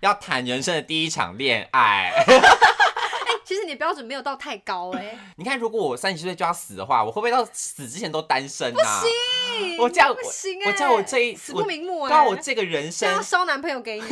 要谈人生的第一场恋爱。 其实你的标准没有到太高哎、你看，如果我三十岁就要死的话，我会不会到死之前都单身啊？我这样不行哎、我这样我这一死我不瞑目哎、对啊，我这个人这生样要烧男朋友给你。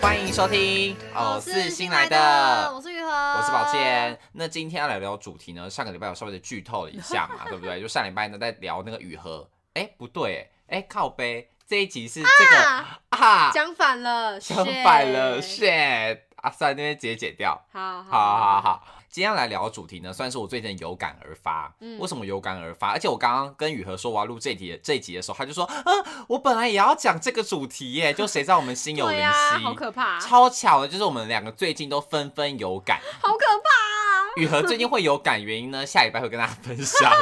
欢迎收听，哦，是新来的，我是于和，我我是宝。健。那今天要来聊主题呢，上个礼拜有稍微的剧透了一下 嘛，对不对？就上礼拜呢在聊那个雨禾，哎、不对、哎、靠背，这一集是这个啊啊，讲反了，相反了 shit ，shit，啊，算了那边直接剪掉。好好好好，好，今天要来聊的主题呢，算是我最近有感而发。嗯为什么有感而发？而且我刚刚跟雨禾说我要录这一题这一集的时候，他就说，啊，我本来也要讲这个主题耶，就谁知道我们心有灵对犀，呀、好可怕，好超巧的，就是我们两个最近都纷纷有 感。可怕、啊。雨禾最近会有感原因呢，下礼拜会跟大家分 享，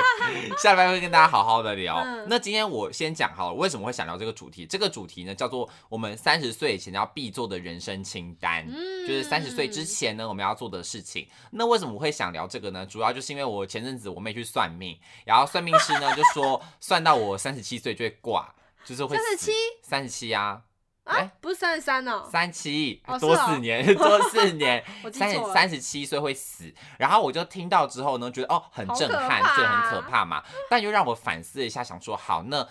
下礼拜会跟大家好好的聊。嗯那今天我先讲好了，为什么会想聊这个主题？这个主题呢叫做我们三十岁以前要必做的人生清单。嗯就是三十岁之前呢，我们要做的事情。那为什么我会想聊这个呢？主要就是因为我前阵子我妹去算命，然后算命师呢就 说算到我三十七岁就会挂，就是会37三十七啊，哎啊，不是三十三哦，三七哎哦是多哦四年，多 四年，我记三错十了。三十七岁会死，然后我就听到之后呢，觉得哦很好震可撼，怕这很啊可怕嘛。但又让我反思了一下，想说好，那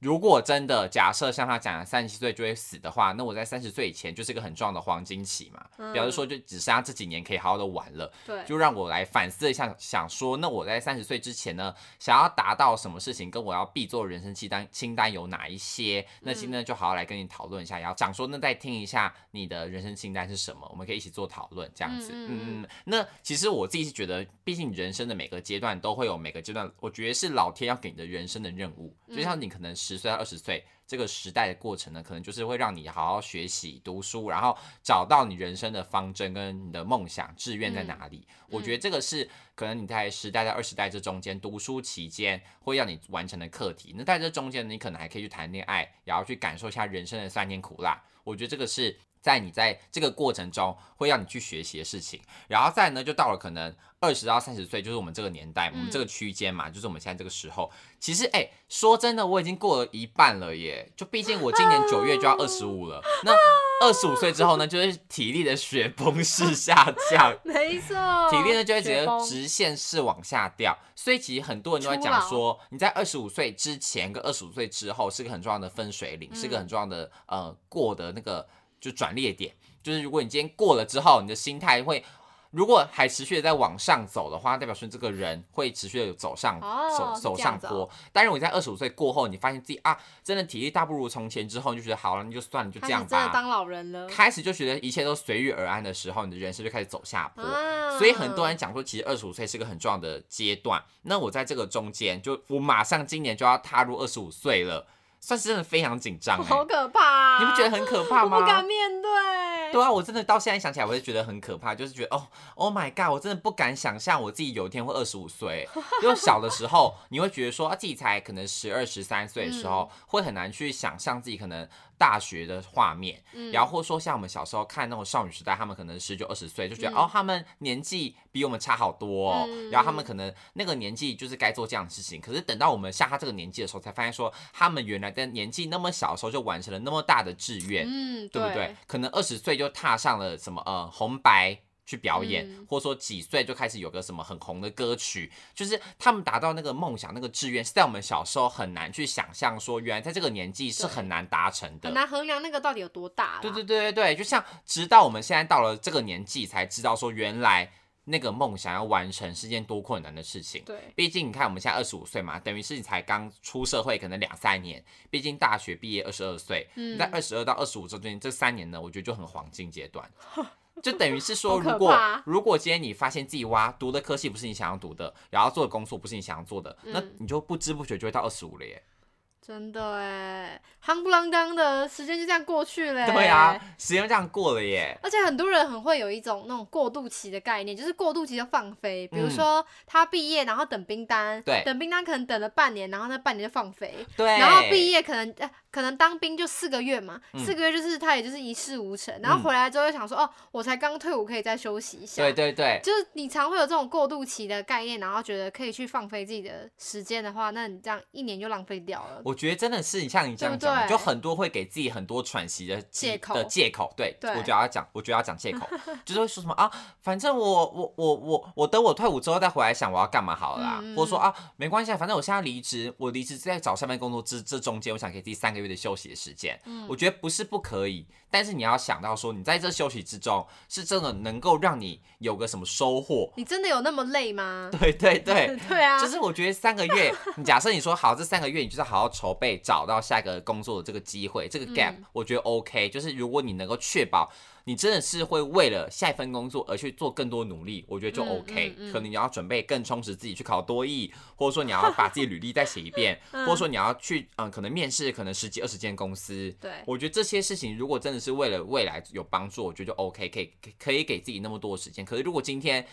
如果真的假设像他讲的三十七岁就会死的话，那我在三十岁以前就是一个很重要的黄金期嘛，表示说就只剩下这几年可以好好的玩了，对，就让我来反思一下，想说那我在三十岁之前呢，想要达到什么事情，跟我要必做的人生清单清单有哪一些？那今天就好好来跟你讨论一下，然后讲说那再听一下你的人生清单是什么，我们可以一起做讨论这样子。嗯嗯嗯嗯嗯那其实我自己是觉得，毕竟人生的每个阶段都会有每个阶段，我觉得是老天要给你的人生的任务，嗯就像你可能十岁到二十岁。这个时代的过程呢，可能就是会让你好好学习、读书，然后找到你人生的方针跟你的梦想、志愿嗯在哪里。我觉得这个是可能你在十代到二十代这中间读书期间会让你完成的课题。那在这中间，你可能还可以去谈恋爱，然后去感受一下人生的酸甜苦辣。我觉得这个是在你在这个过程中会让你去学习的事情。然后再来呢，就到了可能二十到三十岁，就是我们这个年代，我们这个区间嘛，就是我们现在这个时候。其实，哎、说真的，我已经过了一半了耶。就毕竟我今年九月就要二十五了，那二十五岁之后呢，就是体力的雪崩式下降。没错，体力呢就会直雪接崩直线式往下掉。所以其实很多人都在讲说，你在二十五岁之前跟二十五岁之后是个很重要的分水岭，嗯是个很重要的呃过的那个就转捩点。就是如果你今天过了之后，你的心态会。如果还持续的在往上走的话，代表说你这个人会持续的走上、哦是走走这样上子哦坡。但如果你在二十五岁过后，你发现自己啊，真的体力大不如从前之后，你就觉得好了，你就算了，就这开始样真吧。的当老人了。开始就觉得一切都随遇而安的时候，你的人生就开始走下坡。啊所以很多人讲说，其实二十五岁是个很重要的阶段。那我在这个中间，就我马上今年就要踏入二十五岁了，算是真的非常紧张、好欸。可怕、啊，你不觉得很可怕我不吗？敢面对。对啊，我真的到现在想起来，我就觉得很可怕，就是觉得哦，Oh my god，我真的不敢想象我自己有一天会二十五岁欸。因为小的时候，你会觉得说啊，自己才可能十二、十三岁的时候，嗯会很难去想象自己可能大学的画面。嗯然后或说像我们小时候看那种少女时代，他们可能十九二十岁就觉得、嗯哦，他们年纪比我们差好多哦，嗯然后他们可能那个年纪就是该做这样的事情，可是等到我们像他这个年纪的时候，才发现说他们原来在年纪那么小的时候就完成了那么大的志愿，嗯，对不对？可能二十岁就踏上了什么呃红白。去表演，嗯或者说几岁就开始有个什么很红的歌曲，就是他们达到那个梦想、那个志愿，是在我们小时候很难去想象，说原来在这个年纪是对很难达成的很。难衡量那个到底有多大啦。对对对对对，就像直到我们现在到了这个年纪，才知道说原来那个梦想要完成是件多困难的事情。对，毕竟你看我们现在二十五岁嘛，等于是你才刚出社会，可能两三年。毕竟大学毕业二十二岁，嗯在二十二到二十五中间这三年呢，我觉得就很黄金阶 段。就等于是好说，可如果怕啊如果今天你发现自己哇读的科系不是你想要读的，然后做的工作不是你想要做的，那嗯你就不知不觉就会到二十五了耶。真的哎，夯不啷当的时间就这样过去了。对啊，，时间就这样过了耶。而且很多人很会有一种那种过渡期的概念，就是过渡期就放飞。比如嗯说他毕业，然后等兵单，对等兵单可能等了半年，然后那半年就放飞，对，然后毕业可能、呃、可能当兵就四个月嘛，嗯四个月就是他也就是一事无成，然后嗯回来之后又想说，哦，我才刚退伍，可以再休息一下。对对对，就是你常会有这种过渡期的概念，然后觉得可以去放飞自己的时间的话，那你这样一年就浪费掉了。我觉得真的是你像你这样对不讲的，对就很多会给自己很多喘息的借机口的借口。对，对我觉得要讲， 我觉得要讲借 口，就是会说什么啊，反正我我我我我等我退伍之后再回来想我要干嘛好了啦，嗯嗯或者说啊没关系，啊，反正我现在离职，我离职在找下面工作之这中间，我想给自己三个月的休息的时间。嗯我觉得不是不可以，但是你要想到说，你在这休息之中是真的能够让你有个什么收获。你真的有那么累吗？对对对， 对啊，就是我觉得三个 月，你假设你说好，这三个月你就是好好筹备，找到下一个工作的这个机会，这个 gap，、嗯我觉得 OK。就是如果你能够确保你真的是会为了下一份工作而去做更多努力，我觉得就嗯 OK。嗯嗯可能你要准备更充实自己，去考多艺， 或者说你要把自己履历再写一 遍，或者说你要去嗯、呃可能面试可能十几二十间公司。对，我觉得这些事情如果真的是为了未来有帮助，我觉得就 OK，可以可以可以给自己那么多的时间。可是如果今天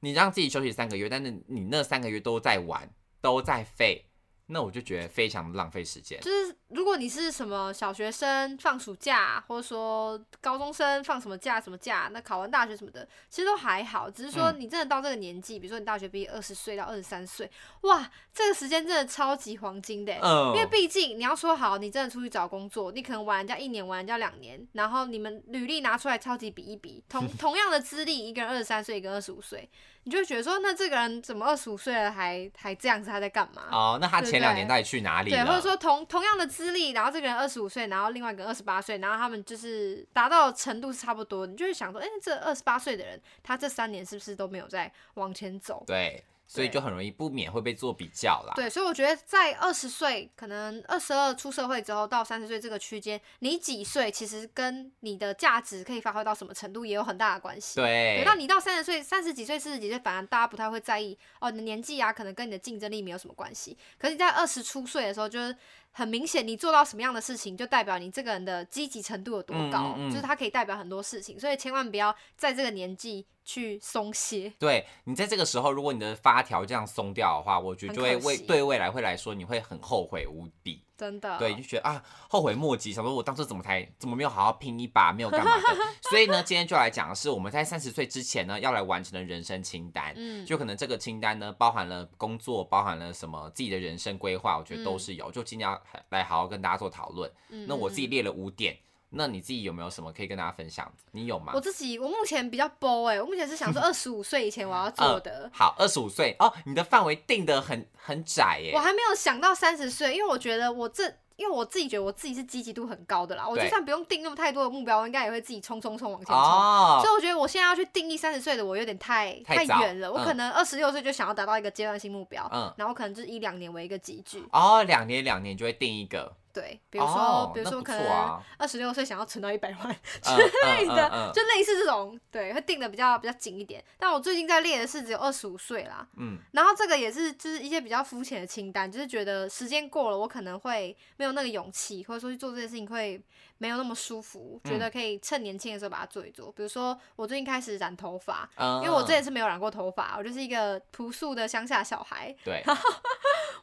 你让自己休息三个月，但是你那三个月都在玩，都在废，那我就觉得非常浪费时间。就是如果你是什么小学生放暑假，或者说高中生放什么假什么假，那考完大学什么的，其实都还好，只是说嗯你真的到这个年纪，比如说你大学毕业二十岁到二十三岁，哇，这个时间真的超级黄金的欸、嗯因为毕竟你要说好，你真的出去找工作，你可能玩人家一年，玩人家两年，然后你们履历拿出来超级比一比， 同同样的资历，一个人二十三岁，一个二十五岁，你就会觉得说，那这个人怎么二十五岁了还还这样子，他在干嘛？哦，那他对前两年对到底去哪里对，了？或者说同同样的资历，然后这个人二十五岁，然后另外一个二十八岁，然后他们就是达到的程度是差不多，你就会想说，哎、这二十八岁的人，他这三年是不是都没有在往前走？对，所以对就很容易不免会被做比较啦。对，所以我觉得在二十岁，可能二十二出社会之后到三十岁这个区间，你几岁其实跟你的价值可以发挥到什么程度也有很大的关系。对对，到你到三十岁、三十几岁、四十几岁，反而大家不太会在意哦，你的年纪啊，可能跟你的竞争力没有什么关系。可是你在二十出岁的时候，就是很明显，你做到什么样的事情，就代表你这个人的积极程度有多高，嗯嗯嗯就是它可以代表很多事情，所以千万不要在这个年纪去松懈。对你在这个时候，如果你的发条这样松掉的话，我觉得很就会可为惜对未来会来说，你会很后悔无比。真的，对，就觉得啊，后悔莫及，想说我当初怎么才怎么没有好好拼一把，没有干嘛的。所以呢，今天就来讲的是我们在三十岁之前呢，要来完成的人生清单。嗯，就可能这个清单呢，包含了工作，包含了什么自己的人生规划，我觉得都嗯是有，就尽量来好好跟大家做讨论。嗯那我嗯自己列了五点，那你自己有没有什么可以跟大家分享？你有吗我？自己，我目前比较 b 哎、我目前 是想说二十五岁以前我要嗯做的，好，二十五岁哦，你的范围定的很很窄耶我。还没有想到三十岁，因为我觉得我这。因为我自己觉得我自己是积极度很高的啦，我就对算不用定那么太多的目标，我应该也会自己冲冲冲往前冲。哦所以，我觉得我现在要去定义三十岁的我有点太太早远了，我嗯可能二十六岁就想要达到一个阶段性目标，嗯然后可能就是一两年为一个集聚，哦，两年两年就会定一个，对，比如说、哦比如那说不可错能啊二十六岁想要存到一百万， 嗯类嗯的，嗯嗯就类似这种，对，会定的比较比较紧一点。但我最近在列的是只有二十五岁啦，嗯，然后这个也是就是一些比较肤浅的清单，就是觉得时间过了，我可能会没有那个勇气，或者说去做这件事情会没有那么舒服，觉得可以趁年轻的时候把它做一做。比如说我最近开始染头发，嗯因为我之前嗯是没有染过头发，我就是一个朴素的乡下小孩， 对，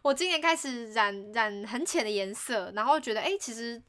我今年开始染染很浅的颜色，然后觉得哎、诶其实，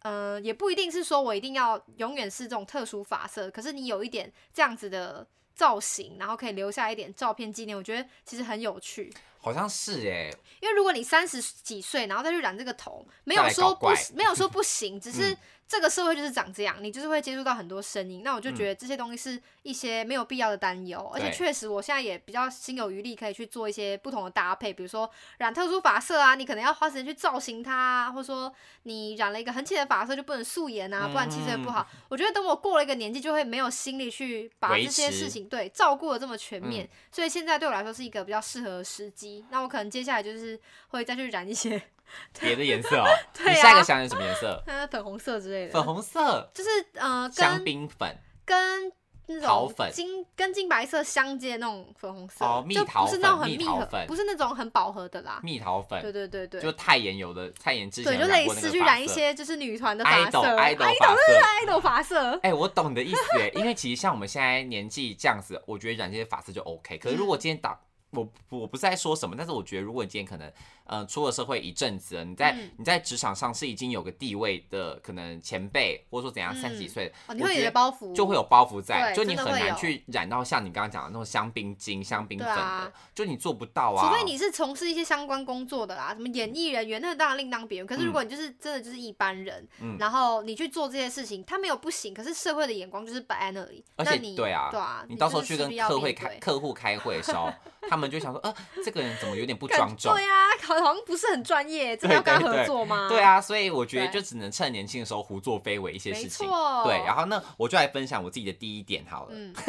嗯、也不一定是说我一定要永远是这种特殊发色，可是你有一点这样子的造型，然后可以留下一点照片纪念，我觉得其实很有趣。好像是哎，因为如果你三十几岁，然后再去染这个头，没再有来搞说不怪嗯行，没有说不行， 只是这个社会就是长这样，你就是会接触到很多声音。那我就觉得这些东西是一些没有必要的担忧，而且嗯对确实我现在也比较心有余力，可以去做一些不同的搭配，比如说染特殊发色啊，你可能要花时间去造型它、啊，或者说你染了一个很浅的发色就不能素颜啊，不然气色嗯不好。我觉得等我过了一个年纪，就会没有心力去把维这些持事情对照顾的这么全嗯面，所以现在对我来说是一个比较适合的时机。那我可能接下来就是会再去染一些， 别的颜色哦。对你下一啊个想染什么颜色？呃，粉红色之类的，粉红色，就是呃，香跟槟粉，跟那桃种粉金跟金白色相接的那种粉红色，哦蜜就桃不是那种粉很蜜密桃合，粉不是那种很饱和的啦。蜜桃啊对粉，对对对，就泰妍有的泰妍之前对，有就染类过那似个去发染一色些就是女团的发色 idol idol ，idol 发色。 idol 发色， 哎、我懂你的意思哎，因为其实像我们现在年纪这样子，我觉得染这些发色就 OK。可是如果今天打、我我不是在说什么，但是我觉得如果你今天可能呃出了社会一阵子了，你在、嗯你在职场上是已经有个地位的可能前辈，或者说怎样嗯三十几岁，哦，你我会觉有你得的包袱，就会有包袱在，对就你真很的会难有去染到像你刚刚讲的那种香槟金、香槟对粉的，啊就你做不到啊。除非你是从事一些相关工作的啦，什么演艺人员，那当然另当别论。可是嗯如果你就是真的就是一般人，嗯然后你去做这些事情，他没有不行，可是社会的眼光就是摆在那里。而那且你对啊对啊，你到时候就去是势跟必要客会面开对客户开会的时 候，他们就想说，呃，这个人怎么有点不感庄重？对啊，好好像不是很专 业，真的对要跟他对合对作吗？对，啊，所以我觉得对就只能趁年轻的时候胡作非为一些没事情。错，对，然后呢，我就来分享我自己的第一点好了。嗯，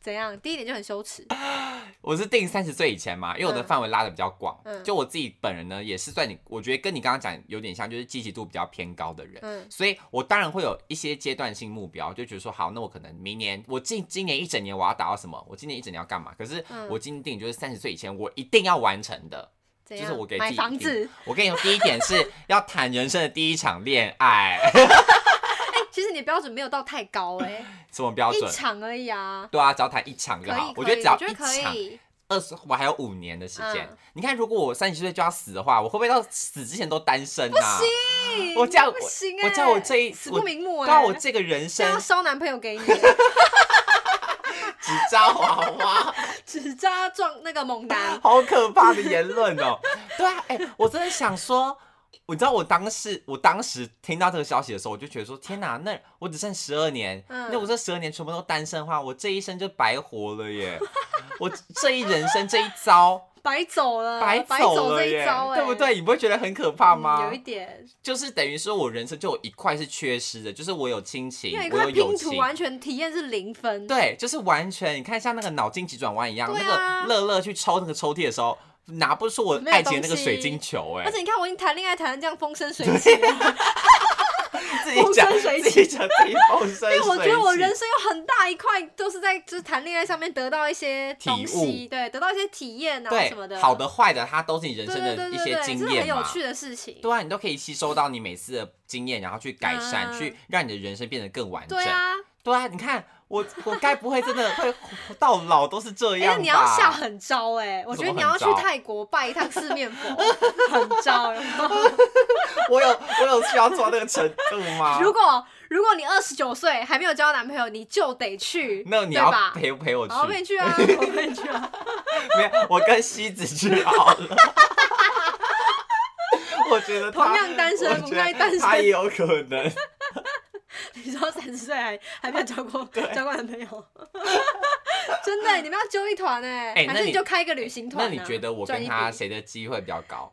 怎样？第一点就很 羞耻，我是定三十岁以前嘛，因为我的嗯范围拉的比较广。嗯就我自己本人呢，也是算你，我觉得跟你刚刚讲有点像，就是积极度比较偏高的人。嗯所以我当然会有一些阶段性目标，就觉得说好，那我可能明年，我今今年一整年我要达到什么，我今年一整年要干嘛？可是嗯我今定就是三十岁以前我一定要完成的。怎就样？是我给自买己房定子，我跟你说，第一点是 要谈人生的第一场恋爱， 哎， 其实你的标准没有到太高哎，什么标一准？场而已啊，对啊，只要谈一场就可好以，。我可觉以得只要我一觉得场可，以，二十我还有五年的时间。嗯你看，如果我三十岁就要死的话，我会不会到死之前都单身啊？哎我这样不我行我哎，这样我这一死我不瞑目哎，对啊，我这个人这生样要烧男朋友给你， 只招娃 娃，只渣撞那个猛男，好可怕的言论哦！对啊，哎、我真的想说。你知道我当时，我当时听到这个消息的时候，我就觉得说：天哪，那我只剩十二年，嗯那我这十二年全部都单身的话，我这一生就白活了耶！ 我这一人生这一遭白走了，嗯白走这了一耶，招哎，嗯对不？对？你不会觉得很可怕吗？有一点，就是等于说我人生就有一块是缺失的，就是我有亲情因为，你我有看友拼图情。完全体验是零分，对，就是完全，你看像那个脑筋急转弯一样，对那啊个乐乐去抽那个抽屉的时候，拿不出我没有爱情的那东个西水晶球、而哎，且你看，我已经谈恋爱谈的这样风生水起了， 自己讲风生水自己讲自己风生 水因为起。我觉得我人生有很大一块都是在就是谈恋爱上面得到一些东体西，对，得到一些体验啊对什么的，好的坏的，它都是你人对，生对的对一对些对，经这是验很有嘛。趣的事情。对啊，你都可以吸收到你每次的经验，然后去改善，嗯去让你的人生变得更完整。对啊，对啊，你看我，我该不会真的会到老都是这哎、样那吧？你要下狠招哎、我觉得你要去怎么狠招泰国拜一趟四面佛， 很招哎有没有。我有我有需要做到那个程度吗？如果如果你二十九岁还没有交男朋友，你就得去，那你对要吧？陪陪我去，好，我陪你去 啊，我陪你去啊。没有，我跟西子去好了。我觉得他同样单身我觉我们得都单身他也有可能。你知道三十岁还还没有交过交过男朋友，真的，你们要揪一团哎、哎那还是你你就开一个 旅行团、那啊？你觉得我赚跟一他笔谁的机会比较高？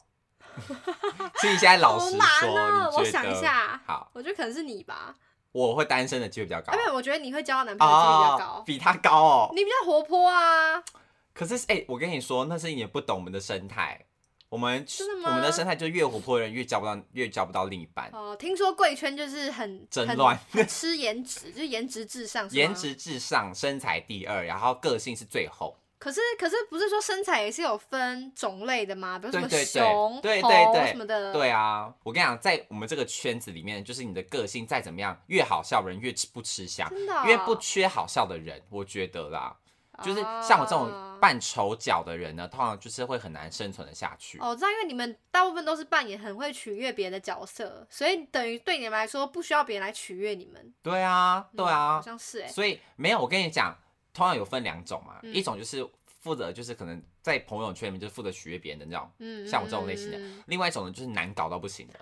所以你现在老实好说，难哦你觉得我想一下好，我觉得可能是你吧，我会单身的机会比较高哎，不，我觉得你会交到男朋友几率比较高，哦，比他高哦。你比较活泼啊，可是哎、我跟你说，那是你不懂我们的生态。我们真的吗我们的生态就越活泼的人越交不到，越交不到另一半，哦，听说贵圈就是很真很乱很吃颜值， 就是颜值至上，是吗颜。值至上，身材第二，然后个性是最后。可是可是不是说身材也是有分种类的吗？比如什对么对对熊、对猴对对什么的。对啊，我跟你讲，在我们这个圈子里面，就是你的个性再怎么样，越好笑的人越吃不吃香，真的哦因为不缺好笑的人，我觉得啦，就是像我这种啊扮丑角的人呢，通常就是会很难生存的下去。哦，我知道，因为你们大部分都是扮演很会取悦别人的角色，所以等于对你们来说不需要别人来取悦你们。对啊，嗯对好啊，像是哎、所以没有，我跟你讲，通常有分两种嘛，嗯一种就是负责就是可能在朋友圈里面就是负责取悦别人的那种，嗯，像我这种类型的嗯，另外一种呢就是难搞到不行的。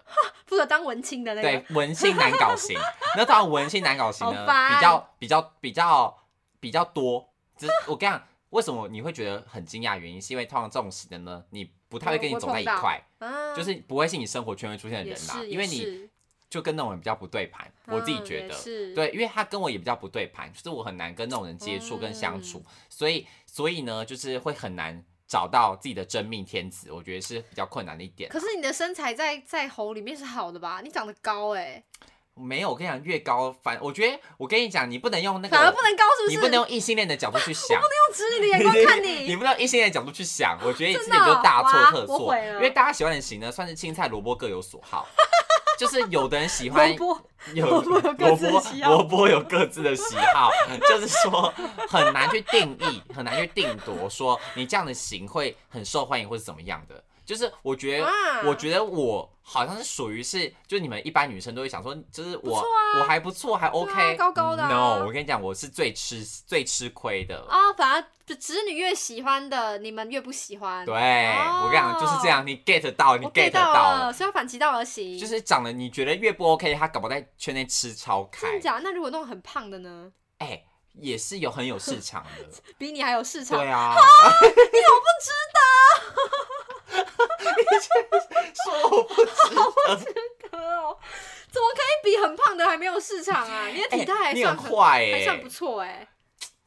负责当文青的那个对，文性难搞 型。那当然，文性难搞型呢好，烦比较比较比较比较多。只是我跟你讲，为什么你会觉得很惊讶？原因是因为通常这种型的呢，你不太会跟你走在一块，啊，就是不会是你生活圈会出现的也人啦、啊是，因为也你是就跟那种人比较不对盘。我自己嗯觉也得，是，对，因为他跟我也比较不对盘，就是我很难跟那种人接触跟相处，嗯所以所以呢，就是会很难找到自己的真命天子，我觉得是比较困难的一点。可是你的身材在在猴里面是好的吧？你长得高哎、没有，我跟你讲，越高反，我觉得我跟你讲，你不能用那反而个不，能高，是不是？你不能用异性恋的角度去想，用直女的眼光 看你你。不能用异性恋的角度去想，我觉得你真自的己就哦大哇错特我错，毁了因为大家喜欢的型呢，算是青菜萝卜各有所好，就是有的人喜欢萝卜有萝卜萝卜有各自的喜好萝卜有各自的喜好，就是说很难去定义，很难去定夺，说你这样的型会很受欢迎或是怎么样的。就是我觉得，啊我觉得我好像是属于是，就你们一般女生都会想说，就是我、错啊我还不错，还 OK，、高高的啊 No，我跟你讲，我是最吃最吃亏的。啊，反而就直女越喜欢的，你们越不喜欢。对，我跟你讲就是这样，你 get 到，你哦我 get 到到了，，所以要反其道而行。就是长得你觉得越不 OK，他搞不好在圈内吃超真开的，假的？那如果那种很胖的呢？哎、也是有很有市场的。 比你还有市场。对啊， 你好不值得，你说我不值得，哥哦， 怎么可以比很胖的还没有市场啊？你的体态还哎你很算很、坏还哎、算不错哎、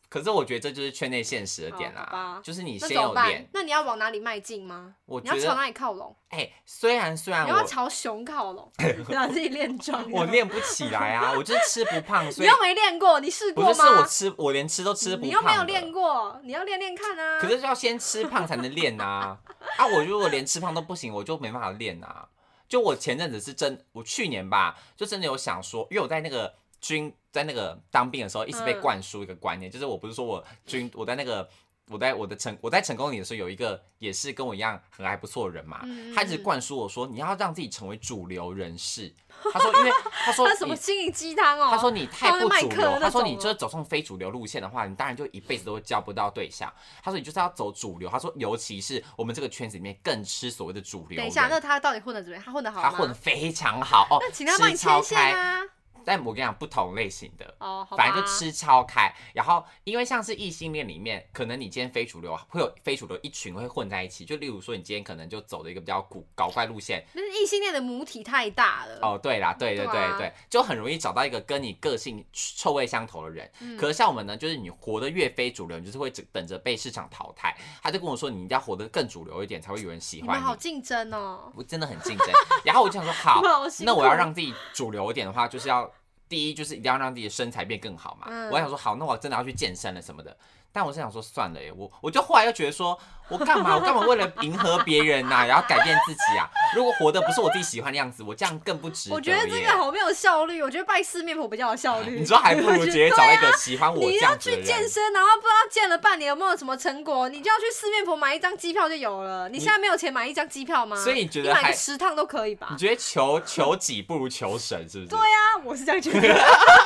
可是我觉得这就是圈内现实的点哦好啦吧，就是你那先怎么有办脸？。那你要往哪里迈进吗？我你觉要朝得，哪里靠拢？哎、虽然虽然你要不要我朝熊 靠拢，让自己练壮。我，练不起来啊，我就是吃不胖，所 你以又没练过，你试不过是是我吗？吃，我连吃都吃不胖。你又没有练，过，你要练练看啊。可是就要先吃胖才能练呐、啊。啊，我如果连吃胖都不行，我就没办法练啊。就我前阵子是真，我去年吧，就真的有想说，因为我在那个军，在那个当兵的时候，一直被嗯灌输一个观念，就是我不是说我军，我在那个。我在我的成我在成功里的时候，有一个也是跟我一样很还不错的人嘛，嗯他一直灌输我说你要让自己成为主流人士。他说，因为他 说那什么你心灵鸡汤哦？他说你太不主他们麦克流，那他种说哦你就是走上非主流路线的话，你当然就一辈子都交不到对象。他说你就是要走主流，他说尤其是我们这个圈子里面更吃所谓的主流人。等一下，那他到底混的怎么样？他混的好吗？他混得非常好哦，那请他帮你吃超牵线开。啊。但我跟你讲，不同类型的。哦，好吧。反正就吃超开，然后因为像是异性恋里面，可能你今天非主流会有非主流一群会混在一起，就例如说你今天可能就走的一个比较古搞怪路线，但是异性恋的母体太大了。哦，对啦，对对对对啊对，就很容易找到一个跟你个性臭味相投的人。嗯可是像我们呢，就是你活得越非主流，你就是会只等着被市场淘汰。他就跟我说，你一定要活得更主流一点，才会有人喜你们欢好你。竞争哦。我真的很竞争。然后我就想说， 好你们好，辛那我要苦让自己主流一点的话，就是要第一就是一定要让自己的身材变更好嘛。嗯我想说，好，那我真的要去健身了什么的。但我是想说，算了耶，我我就后来又觉得说，我干嘛我干嘛为了迎合别人呐、然后改变自己啊？如果活得不是我自己喜欢的样子，我这样更不值得。我觉得这耶个好没有效率，我觉得拜师面谱比较有效 率。你说 还不如直接找一对啊个喜欢我你这要样子的去人。健身，然后不知道健了半年有没有什么成果，你就要去四面佛买一张机票就有了。你现在没有钱买一张机票吗？所以你觉得买还个十趟都可以吧你？觉得求求己不如求神，是不是？对、对啊，我是这样觉得。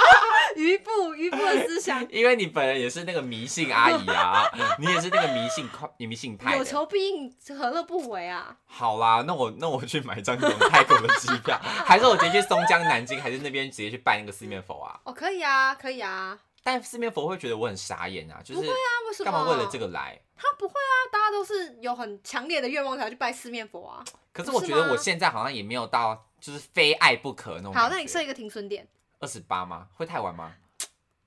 余部余部的思想，因为你本人也是那个迷信阿姨啊， 你也是那个迷信快迷信派的。有求必应，何乐不为啊？好啦，那我那我去买一张这种泰国的机票， 还是我直接去松江、南京，还是那边直接去拜那个四面佛啊？哦，可以啊，可以啊。但四面佛会觉得我很傻眼啊，就是那为什么？干嘛为了这？个来？他不会啊，大家都是有很强烈的愿望才会去拜四面佛啊。可是不我是觉得吗我现在好像也没有到就是非爱不可那种感觉。好，那你设一个停损点。二十八吗？会太晚吗？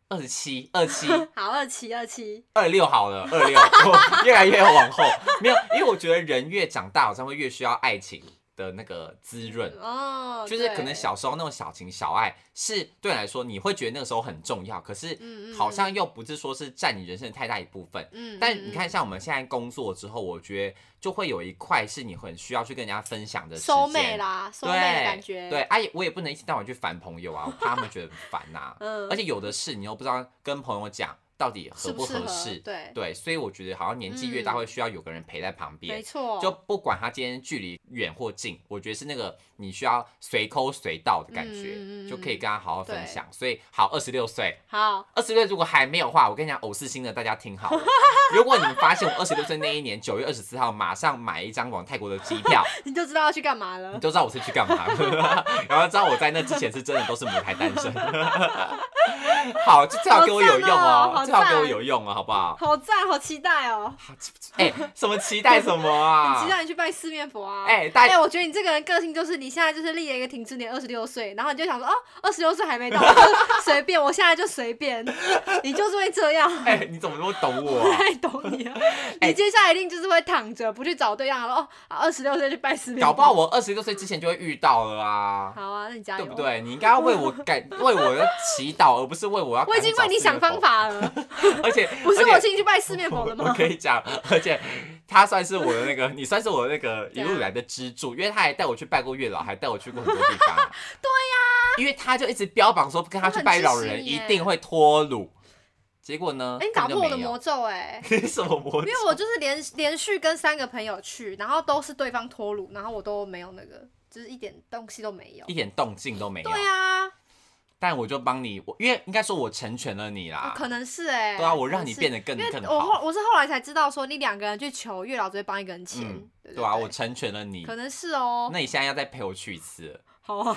二十七，二七，好，二七二七。二六好了，二六， 我越来越往后，没有，因为我觉得人越长大，好像会越需要爱情的那个滋润，啊哦，就是可对能小时候那种小情小爱，是对你来说你会觉得那个时候很重要，可是嗯嗯好像又不是说是占你人生的太大一部分。嗯，但嗯你看，像我们现在工作之后，我觉得就会有一块是你很需要去跟人家分享的时间收妹，啦，收对，妹的感觉。对，，哎、我也不能一天到晚去烦朋友啊，我怕他们觉得很烦呐、嗯而且有的事你又不知道跟朋友讲到底合适不不适合合适，对，对，所以我觉得好像年纪越大嗯会需要有个人陪在旁没边，错，就不管他今天距离远或近，我觉得是那个你需要随抠随到的感觉，嗯嗯嗯嗯就可以跟他好好分对享。所以好，二十六岁，好。 二十六如果还没有的话，我跟你讲，偶是新的大家听好了如果你们发现我二十六岁那一年九月二十四号马上买一张往泰国的机票，你就知道要去干嘛你了。都知道我是去干嘛， 然后知道我 在那之前是真的都是母胎单身。好，就最好给我有用好赞哦哦，好最好给我赞有用啊，好不好？ 好赞，好期待哦！哎、什么期待什么啊？期 待你去拜四面佛啊！哎、大哎、家我觉得你这个人个性就是，你现在就是立了一个停滞点，二十六岁，然后你就想说，哦，二十六岁还没到， 我就随便，我现在就随便， 你就是会这样，哎、你怎么那么懂我我啊、太懂你了。 哎你接下来一定就是会躺着不去找对象了，哦，二十六岁去拜四面 搞佛，不好我二十六岁之前就会遇到了啊，好啊，那你加油，对不？对？你应该要为我感 为我的祈祷，而不是为我要。我已经为你想方，法了，而且 不是而且我请你去拜四面佛了我吗？可以讲，而且他算是我的那个， 你算是我的那个一怎样路以来的支柱，因为他还带我去拜过月老，还带我去过很多地 方。对呀、因为他就一直标榜说跟他去拜老我人很支持你一耶定会脱乳，结果呢？哎、你打根破本就我的没有魔咒哎、你 什么魔咒？因为我就是连连续跟三个朋友去，然后都是对方脱乳，然后我都没有那个，就是一点东西都没有一。点动静都没有。对啊，但我就帮你，我因为应该说我成全了你啦哦，。可能是哎、对啊，我让你变得得更因为更我好，后我是后来才知道说，你两个人去求月老只会帮一个人签，嗯对对啊，我成全了你可。能是哦。那你现在要再陪我去一次了，好啊，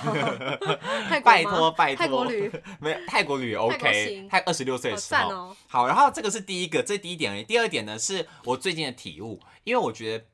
泰国吗拜托拜泰托，国旅没有泰国旅泰国 OK，行泰二十六岁好的时赞候，哦，好，然后这个是第一个，这是第一点而已。第二点呢，是我最近的体悟，因为我觉得，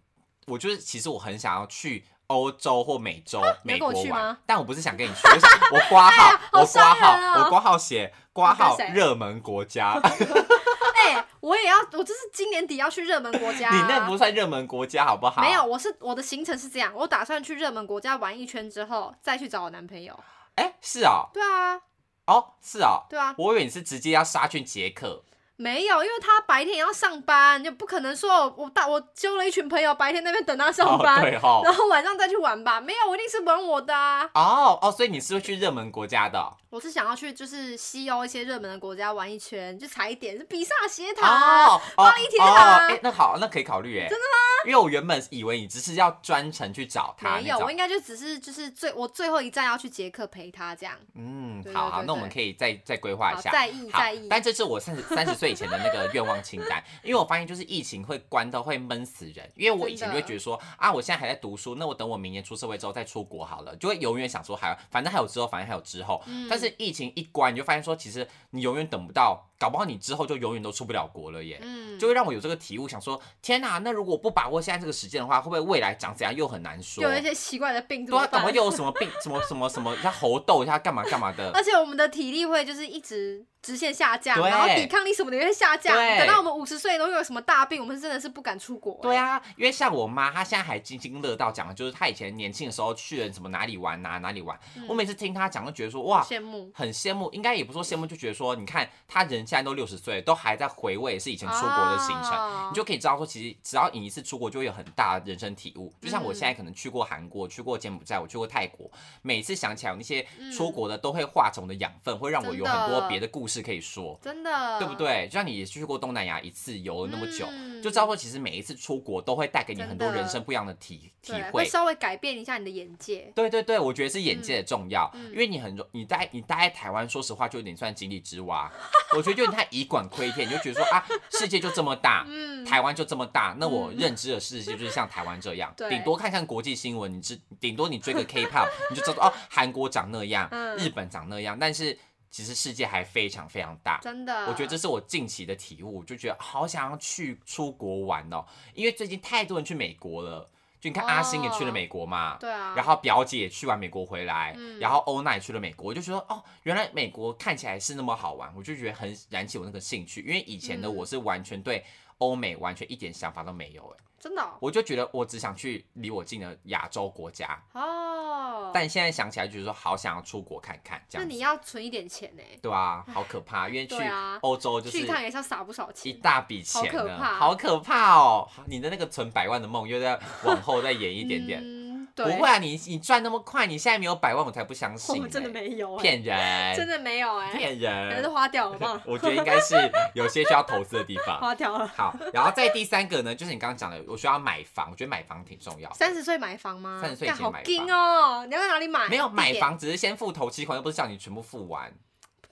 我就是其实我很想要去欧洲或美洲、啊你美要跟国我去玩吗，但我不是想跟你去，我想我 挂号，哎呀好我挂伤人号，哦我挂号 写挂号你跟谁热门国家，哎、我也要，我就是今年底要去热门国家、啊。你那不算热门国家好不好？没有，，我是我的行程是这样，我打算去热门国家玩一圈之后，再去找我男朋友。哎，是哦，对啊，哦，是哦，对啊，我以为你是直接要杀去捷克，没有，因为他白天也要上班，就不可能说我我大我揪了一群朋友白天那边等他上 哦、班，对 哦，然后晚上再去玩吧。没有，我一定是玩我的啊！哦哦，所以你是会去热门国家的哦。我是想要去就是西欧一些热门的国家玩一圈，就踩一点是比萨斜塔啊、哦，巴黎铁塔哦哎、那好，那可以考虑哎。真的吗？因为我原本以为你只是要专程去找他，没有，你找我应该就只是就是最我最后一站要去捷克陪他这样，嗯，对对好好，对那我对们可以再再规划好一下。在意好在意，但这是我三十三十岁以前的那个愿望清单，因为我发现就是疫情会关到会闷死人，因为我以前就会觉得说啊，我现在还在读书，那我等我明年出社会之后再出国好了，就会永远想说还反正还有之后，反正还有之后。嗯但是疫情一关，你就发现说其实你永远等不到，搞不好你之后就永远都出不了国了耶。嗯，就会让我有这个体悟，想说天哪，那如果我不把握现在这个时间的话，会不会未来长怎样又很难说？有一些奇怪的病怎对啊，么怎办么？又有什么病，什么什么什么，像猴痘，像干嘛干嘛 的而，且我们的体力会就是一直直线下降，对然后抵抗力什么的也会下降。对等到我们五十岁都有什么大病，我们真的是不敢出国、对，啊，因为像我妈，她现在还津津乐道讲的就是她以前年轻的时候去了什么哪里玩哪哪里玩，嗯我每次听她讲就觉得说哇。哎羡慕。很羡慕，应该也不说羡慕，就觉得说，你看她人现在都六十岁，都还在回味是以前出国的行程，啊你就可以知道说，其实只要你一次出国，就会有很大的人生体悟。就像我嗯现在可能去过韩国，去过柬埔寨，我去过泰国，每次想起来有那些嗯出国的都会化成我的养分，会让我有很真多的嗯别的故事可以说，真的，对不？对？就像你也去过东南亚一次，游了那么久，嗯就知道说其实每一次出国都会带给你真很多的人生不一样的体体对，会会。稍微改变一下你的眼界。对对对，我觉得是眼界的重要，嗯嗯因为你很容你待你待在台湾，说实话就有点算井底之蛙，我觉得就有点太以管窥天，你就觉得说啊，世界就这么大，嗯，台湾就这么大，那我嗯认知的世界就是像台湾这样，对顶多看看国际新闻，你知顶多你追 个 K-pop，你就知道哦，韩国长那样，嗯日本长那样，但是其实世界还非常非常大。真的，我觉得这是我近期的体悟，就觉得好想要去出国玩哦，因为最近太多人去美国了，就你看阿星也去了美国嘛，哦对啊。然后表姐也去完美国回来，嗯然后欧娜也去了美国，我就觉得哦，原来美国看起来是那么好玩，我就觉得很燃起我那个兴趣，因为以前的嗯我是完全对欧美完全一点想法都没有，哎，真的哦我就觉得我只想去离我近的亚洲国家，哦，但现在想起来就是说好想要出国看看，这那样你子，要存一点钱呢，对啊，好可怕，因为去对啊欧洲就是去一趟也是要撒不少一钱。大笔钱好可呢，怕好可怕哦！你的那个存百万的梦又在往后再延一一点点。嗯，不对，会啊，你你赚那么快，你现在没有百万，我才不相 我信、欸。们真的没有哎，骗人，真的没有哎，骗可能都人。，花掉了吧 我觉得应该是有些需要投资的地方。 花掉了。好，然后再第三个呢，就是你刚刚讲的，我需要买房，我觉得买房挺重要。三十岁买房吗？ 30岁以干前好买金哦！你要在哪里买？没有买地点房，只是先付头期款，又不是叫你全部付完。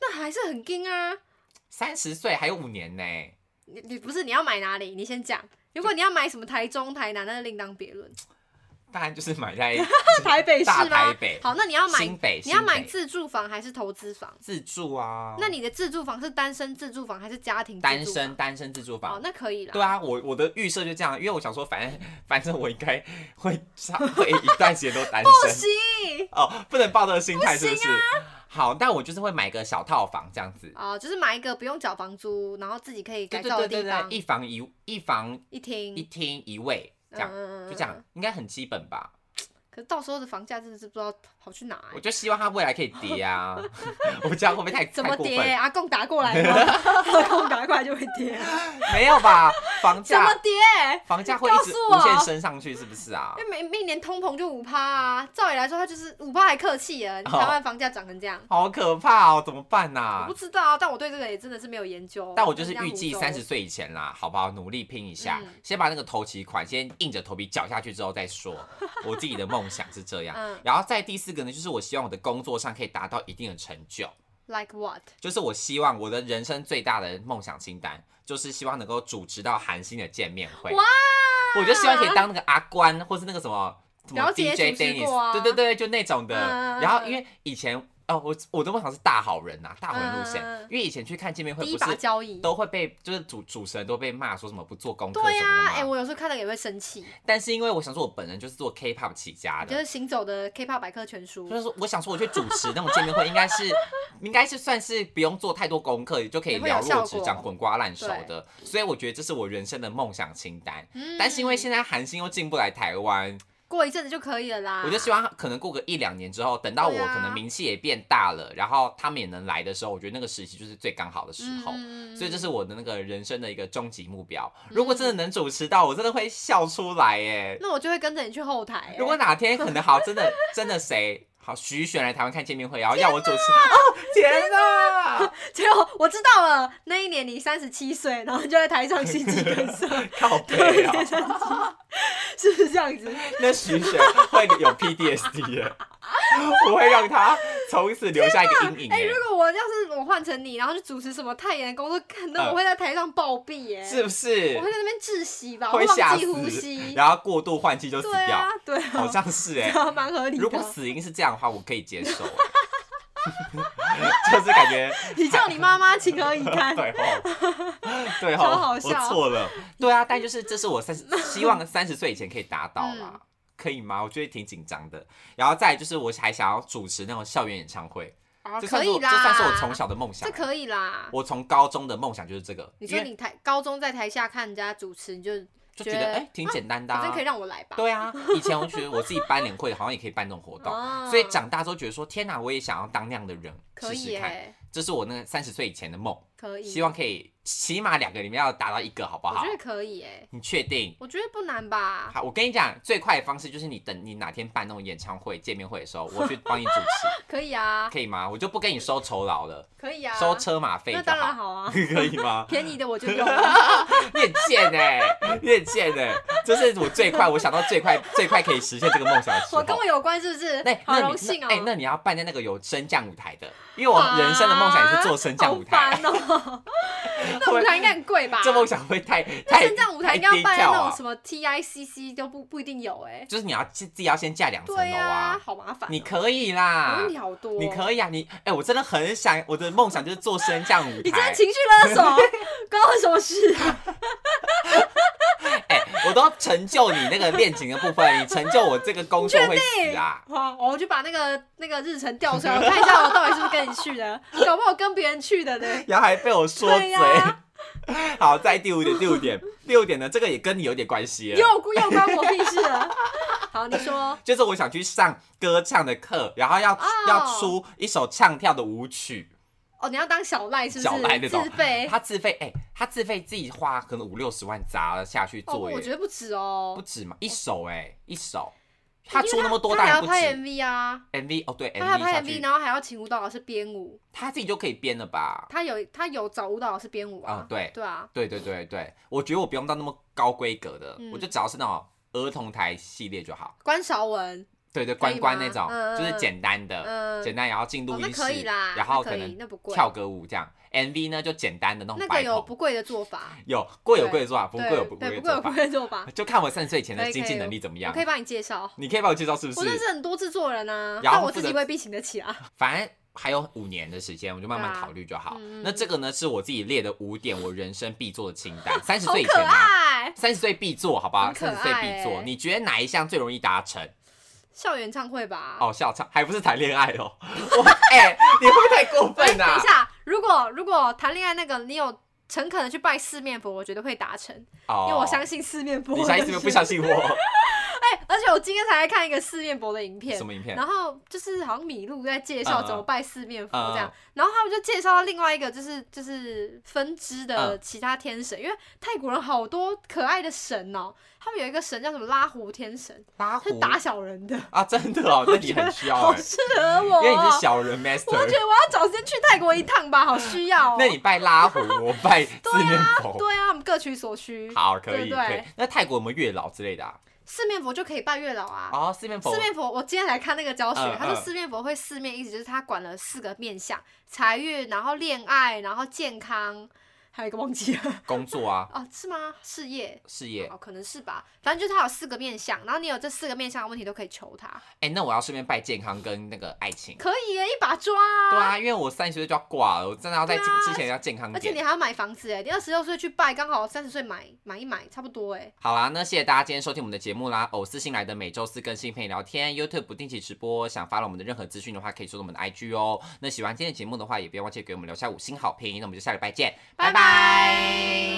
那还是很硬啊。三十岁还有五年呢、 你你不是你要买哪里？你先讲。如果你要买什么台中、台南，那是另当别论。大安就是买 在台北市大吗台？北、好，那你要买新北，你要新买北自住房还是投资房？自住啊？那你的自住房是单身自住房还是家庭自单住身房单身自住哦房，？那可以啦。对啊，我我的预设就这样，因为我想说，反正反正我应该会上会一段时间都单不身行，哦，不能抱这个心态，是不是？好，但我就是会买个小套房这样子，啊、就是买一个不用缴房租，然后自己可以对改对造的对地对方，对，一房一一房一厅一厅一卫这样，嗯就这样。，应该很基本吧？可是到时候的房价真的是不知道跑去哪、我欸，就希望它未来可以跌啊， 我这样会不会太怎太么过跌、啊分？阿贡打过 来吗？空打过来就会跌。没有吧？房怎么价跌？房价会告一直诉无限我升上去，是不是啊？因为每一年通膨就五趴啊，照理来说它就是五趴还客气了，你哦台湾房价涨成这样。好可怕哦，怎么办呐、我不知道啊，但我对这个也真的是没有研究。但我就是这样预计胡诌三十岁以前啦，好不好？努力拼一下，嗯先把那个头期款先硬着头皮缴下去之后再说。我自己的梦想是这样，嗯 然后再第四个呢，就是我希望我的工作上可以达到一定的成就， ，like what？就是我希望我的人生最大的梦想清单，就是希望能够主持到韩星的见面会。哇！我就希望可以当那个阿关，或是那个什么什么了解 DJ 主持 Dennis，、过啊对对对，就那种的。嗯嗯嗯然后因为以前哦，我我的梦想是大好人呐、大好人路线，嗯嗯嗯因为以前去看见面会第不一把是。交椅。都会被就是主主持人都被骂说什么不做功课对什么呀、的哎、嘛。我有时候看了也会生气，但是因为我想说，我本人就是做 K-pop 起家就是的，行走的 K-pop 百科全书就。是说我想说我去主持那种见面会，应该是 应该是算是不用做太多功课，就可以也会有了效若果指掌、滚瓜烂熟对的。所以我觉得这是我人生的梦想清单。嗯但是因为现在韩星又进不来台湾，过一阵子就可以了啦。我就希望可能过个一两年之后，等到我对啊可能名气也变大了，然后他们也能来的时候，我觉得那个时期就是最刚好的时候。嗯所以这是我的那个人生的一个终极目标。如果真的能主持到，我真的会笑出来耶！那我就会跟着你去后台、哎如果哪天可能好，真的真的谁好徐玄来台湾看见面会，然后要我主持，哦天哪！结果我知道了，那一年你三十七岁，然后就在台上心肌梗塞，靠对背啊， 是不是这样子？那徐玄会有 PDSD 耶，我会让他从此留下一个阴影哎、耶如。果我要是我换成你，然后去主持什么泰妍的工作，看那嗯我会在台上暴毙耶、是不是我会？在那边窒息吧，我会吓忘记死呼吸，。然后过度换气就死对掉，啊，对好啊，像是 哎、这蛮合理如果的。死因是这样的话，我可以接受欸， 就是感觉你叫你妈妈情 何以堪？ 对吼，对吼，超好笑我错了。对啊，但就是这是我三 十，希望三十岁以前可以达到啦。嗯可以吗？我觉得挺紧张的。然后再来就是，我还想要主持那种校园演唱会，啊这可算是我以啦，这算是我从小的梦想这欸。可以啦。我从高中的梦想就是这个，你说因为你台高中在台下看人家主持，你就就觉得觉得哎、挺简单的、啊，反正可以让我来吧。对啊，以前我觉得我自己班联会好像也可以办这种活 动，哦所以长大之后觉得说，天哪，我也想要当那样的人，可试以试耶、看。这是我那三十岁以前的梦，可以。希望可以起码两个里面要达到一个，好不我好觉？得可以耶、你确定？我觉得不难吧。好，我跟你讲，最快的方式就是你等你哪天办那种演唱会、见面会的时候，我去帮你主 持，可以啊，可以吗？我就不跟你收酬劳了，可以啊，收车马费那就当然好，好啊， 可以吗？ 便宜的我就用。啊你很贱哎、你很贱哎、这是我最快，我想到最快、最快可以实现这个梦想的时候。我跟我有关是不是？那好那荣你幸哦、啊那哎、那你要办在那个有升降舞台的，因为我人生的梦想也是做升降舞好台，啊烦哦。 那舞台应该很贵吧？这梦想会太啊那太升降舞台应该太要办在那低种调什么 TICC 都不不一定有哎、啊就是你要自自己要先架两层对楼呀、啊，好麻烦哦、你可以我啦问，题好多、哦你可以啊，你哎、我真的很想，我的梦想就是做升降 舞你真的台，情绪勒索，关我什么事啊？哎、我都成就你那个恋情的部分，你成就我这个工作会死 啊。好我就把那个那个日程调出来，我看一下我到底是不是跟你去的，搞不好跟别人去的 呢。然后还被我说对嘴。 呀好，再第五点，第五点，第五点呢，这个也跟你有点关系了。又又关我屁事了。好，你说就是我想去上歌唱的课，然后要、哦要出一首唱跳的舞曲，哦，你要当小赖是不是？小赖那种自费。他自费，哎、他自费自己花可能五六十万砸了下去哦，做、耶我觉得不止不哦，止嘛，一首哎、一首，因他为出那么多他当还然要不拍止。 MV 啊， MV 哦对他还要，MV 下拍去 MV，，然后还要请舞蹈老师编舞，他自己就可以编了吧？他有他有找舞蹈老师编舞啊嗯，对对啊，对对对对，我觉得我不用到那么高规格的，嗯我就只要是那种儿童台系列就好。关韶文对对，可以关关吗那种，嗯就是嗯简单的，嗯，呃简单，然后进哦录那音室可以啦，，然后那可以能那不贵，跳歌舞这样。MV 呢就简单的那种那白个有不头，贵的做法，有贵有对贵的做法， 啊不对贵有不贵的对，不做贵有不法，贵的做 法，就看我三十岁以前可的以经可济以能力怎么我样可。以帮你介绍。你可以帮我介绍是不我认是？识很多制作人啊，然后但我负自己责未必请得 起啊。反正还有五年的时间，我就慢慢对啊考虑就好。嗯那这个呢是我自己列的五点我人生必做的清 单，三十好岁以可前啊，爱，三十岁必做，好不好？很可爱三十岁必做，欸你觉得哪一项最容易达成？校园唱会吧？哦，笑场还不是谈恋爱哦，我哎、你会不会太过喂，分哎等一啊？下，如果如果谈恋爱那个你有诚恳的去拜四面佛，我觉得会达成，哦，因为我相信四面佛。你相信是不是不相信我？哎、而且我今天才在看一个四面佛的影片什。么影片？然后就是好像米露在介绍嗯嗯怎么拜四面佛嗯嗯这样，然后他们就介绍到另外一个就是就是分支的嗯其他天神，因为泰国人好多可爱的神哦，他们有一个神叫什么拉胡天神，拉是胡打小人的，啊，真的哦，那你很需要好哎、适合我、因为哦。你是小人我都觉 master。得我要找时间去泰国一趟吧，好需要 哦。那你拜拉胡，我 拜四面佛。啊对啊，我们各取所需。好，可以，对不对可以。那泰国有没有月老之类的啊？四面佛就可以拜月老啊。哦，四面佛四，面佛，我今天才看那个教学，嗯他说嗯四面佛会四面，意思就是他管了四个面相：财运，然后恋爱，然后健康，还有一个忘记了 工作啊，哦，是吗？事业。事业。哦，可能是吧，反正就是他有四个面相，然后你有这四个面相的问题都可以求他，哎、那我要顺便拜健康跟那个爱情。可以耶，一把抓啊！对啊，因为我三十岁就要挂了，我真的要在对啊之前要健康而且你点。还要买房子哎，你二十六岁去拜，刚好三十岁买买一买，差不多哎。好啦，那谢谢大家今天收听我们的节目啦。偶私信来的每周四更新陪你聊天，YouTube 不定期直播。想发了我们的任何资讯的话，可以搜到我们的 IG 哦。那喜欢今天的节目的话，也不要忘记给我们留下五星好评。那我们就下礼拜见，拜拜拜